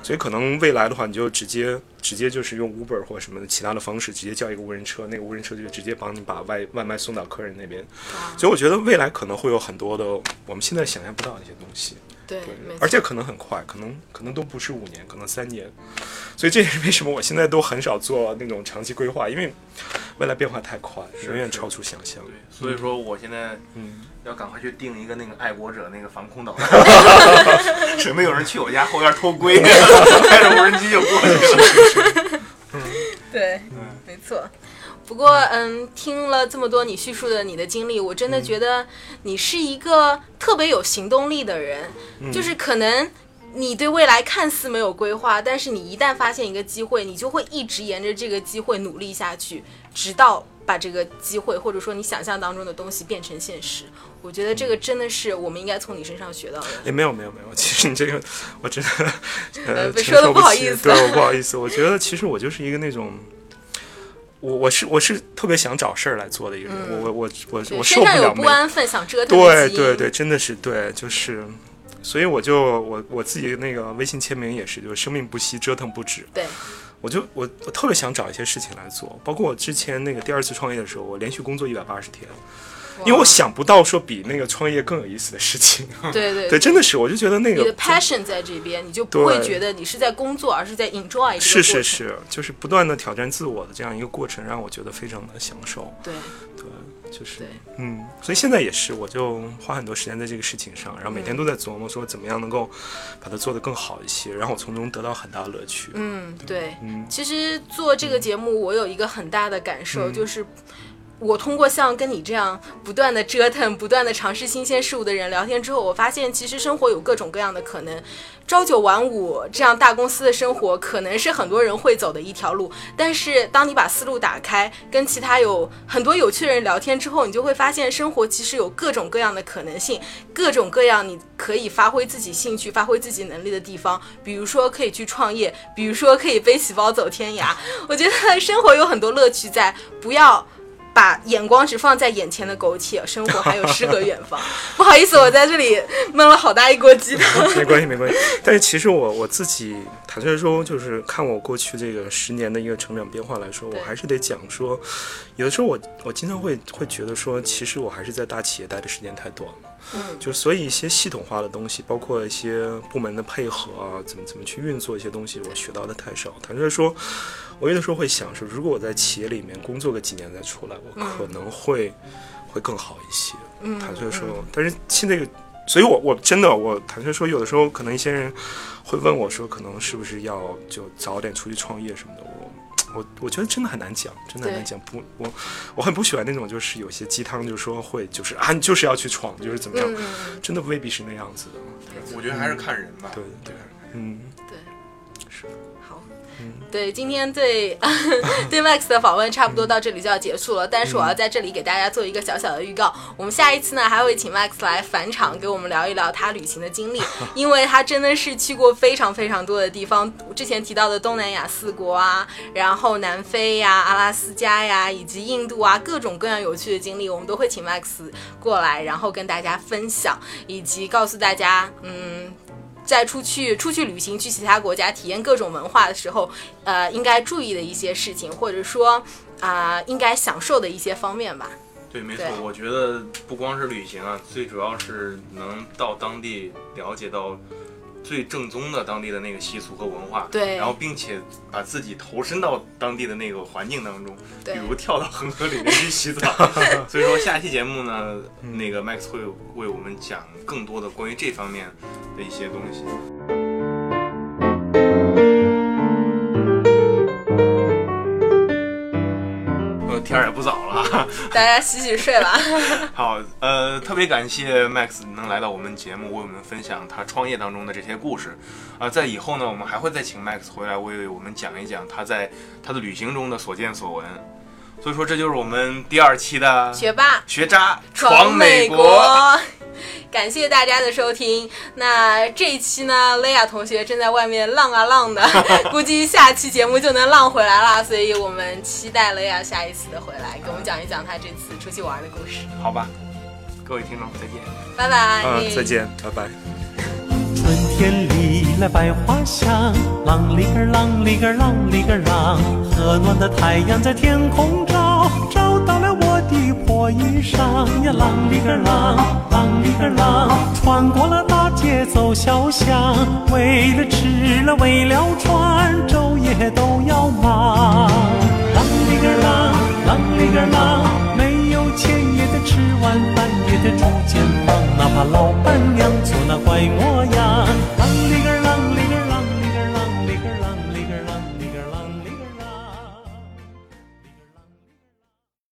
Speaker 1: 所以可能未来的话，你就直接直接就是用 Uber 或什么其他的方式，直接叫一个无人车，那个无人车就直接帮你把外外卖送到客人那边。所以我觉得未来可能会有很多的我们现在想象不到的一些东西。
Speaker 4: 对
Speaker 1: 对，
Speaker 4: 没错
Speaker 1: 而且可能很快，可能可能都不是五年，可能三年，所以这也是为什么我现在都很少做那种长期规划，因为未来变化太快，远远超出想象
Speaker 2: 对。，所以说我现在
Speaker 1: 嗯，
Speaker 2: 要赶快去订一个那个爱国者那个防空
Speaker 1: <laughs>
Speaker 2: 导弹，准备有人去我家后院偷
Speaker 1: <laughs>
Speaker 2: 窥，开着无人机就过去了。
Speaker 4: 对，
Speaker 1: 嗯
Speaker 4: 没错。不过，嗯，听了这么多你叙述的你的经历，我真的觉得
Speaker 1: 嗯
Speaker 4: 你是一个特别有行动力的人。
Speaker 1: 嗯
Speaker 4: 就是可能你对未来看似没有规划，但是你一旦发现一个机会，你就会一直沿着这个机会努力下去，直到把这个机会或者说你想象当中的东西变成现实。我觉得这个真的是我们应该从你身上学到的。
Speaker 1: 也没有没有没有，其实你这个我真的
Speaker 4: 呃
Speaker 1: 呃
Speaker 4: 被
Speaker 1: 承
Speaker 4: 说得
Speaker 1: 受
Speaker 4: 不好
Speaker 1: 起
Speaker 4: 意思
Speaker 1: 对我不好意思，我觉得其实我就是一个那种。我我是我是特别想找事儿来做的一个人，
Speaker 4: 嗯
Speaker 1: 我我我我
Speaker 4: 对
Speaker 1: 我受
Speaker 4: 身
Speaker 1: 不
Speaker 4: 上有
Speaker 1: 了
Speaker 4: 不
Speaker 1: 没
Speaker 4: 安分、想折腾的
Speaker 1: 对
Speaker 4: 基因。
Speaker 1: 对对，真的是对，就是，所以我就我我自己那个微信签名也是，就是生命不息，折腾不止。
Speaker 4: 对
Speaker 1: 我就我我特别想找一些事情来做，包括我之前那个第二次创业的时候，我连续工作一百八十天，因为我想不到说比那个创业更有意思的事情。
Speaker 4: 对对
Speaker 1: <laughs> 对，真的是，我就觉得那
Speaker 4: 你
Speaker 1: 个
Speaker 4: 的 passion 在这边，你就不会
Speaker 1: 对
Speaker 4: 觉得你是在工作，而是在 enjoy 这个
Speaker 1: 是是
Speaker 4: 过程，
Speaker 1: 是，就是不断的挑战自我的这样一个过程，让我觉得非常的享受。
Speaker 4: 对
Speaker 1: 就是
Speaker 4: 对
Speaker 1: 嗯，所以现在也是，我就花很多时间在这个事情上，然后
Speaker 4: 嗯
Speaker 1: 每天都在琢磨说怎么样能够把它做得更好一些，然后我从中得到很大的乐趣。
Speaker 4: 嗯对。
Speaker 1: 嗯
Speaker 4: 其实做这个节目，我有一个很大的感
Speaker 1: 嗯
Speaker 4: 受，就是我通过像跟你这样不断的折腾、不断的尝试新鲜事物的人聊天之后，我发现其实生活有各种各样的可能。朝九晚五这样大公司的生活，可能是很多人会走的一条路，但是当你把思路打开，跟其他有很多有趣的人聊天之后，你就会发现生活其实有各种各样的可能性，各种各样你可以发挥自己兴趣、发挥自己能力的地方，比如说可以去创业，比如说可以背起包走天涯。 <laughs> 我觉得生活有很多乐趣在，不要。把眼光只放在眼前的苟且，生活还有诗和远方。 <laughs> 不好意思，我在这里闷了好大一锅鸡汤。
Speaker 1: <laughs> 没关系，没关系。但是其实我我自己坦率说，就是看我过去这个十年的一个成长变化来说，
Speaker 4: 对
Speaker 1: 我还是得讲说，有的时候我我经常会会觉得说，其实我还是在大企业待的时间太短了。
Speaker 4: 嗯
Speaker 1: 就所以一些系统化的东西，包括一些部门的配合啊，怎么怎么去运作一些东西，我学到的太少。坦率说，我有的时候会想说，如果我在企业里面工作个几年再出来，我可能会、会更好一些。
Speaker 4: 嗯，
Speaker 1: 坦率说，但是现在有，所以我我真的我坦率说，有的时候可能一些人会问我说，可能是不是要就早点出去创业什么的，我。我我觉得真的很难讲，真的很难讲。不，我我很不喜欢那种，就是有些鸡汤就说会，就是啊，你就是要去闯，就是怎么样，
Speaker 4: 嗯，
Speaker 1: 真的未必是那样子的。
Speaker 2: 我觉得还是看人吧。
Speaker 1: 对对，嗯，
Speaker 4: 好，对，今天对 <laughs> 对 Max 的访问差不多到这里就要结束了，但是我要在这里给大家做一个小小的预告，我们下一次呢还会请 Max 来返场，给我们聊一聊他旅行的经历，因为他真的是去过非常非常多的地方，之前提到的东南亚四国啊，然后南非呀、阿拉斯加呀，以及印度啊，各种各样有趣的经历，我们都会请 Max 过来，然后跟大家分享，以及告诉大家，嗯。在出去出去旅行，去其他国家体验各种文化的时候，呃，应该注意的一些事情，或者说啊、应该享受的一些方面吧。
Speaker 2: 对，没错
Speaker 4: 对，
Speaker 2: 我觉得不光是旅行啊，最主要是能到当地了解到最正宗的当地的那个习俗和文化，
Speaker 4: 对
Speaker 2: 然后并且把自己投身到当地的那个环境当中，
Speaker 4: 对
Speaker 2: 比如跳到恒河里面去洗澡。 <laughs> 所以说，下期节目呢，那个 Max 会为我们讲更多的关于这方面的一些东西。呃，天儿也不早了啊。
Speaker 4: 大家洗洗睡吧。
Speaker 2: 好，呃，特别感谢 Max 能来到我们节目，为我们分享他创业当中的这些故事。啊、在以后呢，我们还会再请 Max 回来为我们讲一讲他在他的旅行中的所见所闻。所以说，这就是我们第二期的
Speaker 4: 学霸
Speaker 2: 学渣
Speaker 4: 闯
Speaker 2: 美
Speaker 4: 美国。感谢大家的收听。那这一期呢，雷亚同学正在外面浪啊浪的，估计下期节目就能浪回来了。所以我们期待雷亚下一次的回来，给我们讲一讲他这次出去玩的故事。
Speaker 2: 好吧，各位听众再见。
Speaker 4: 拜拜，
Speaker 1: 啊，再见，拜拜。
Speaker 6: 春天里来百花香，啷里个儿啷里个儿啷里个儿啷，和暖的太阳在天空照，照到了我的破衣裳呀，啷里个儿啷，啷里个儿啷，穿过了大街走小巷，为了吃了为了穿，昼夜都要忙，啷里个儿啷，啷里个儿啷，没有钱也得吃完饭也得住间房，哪怕老伴娘做那拐馍。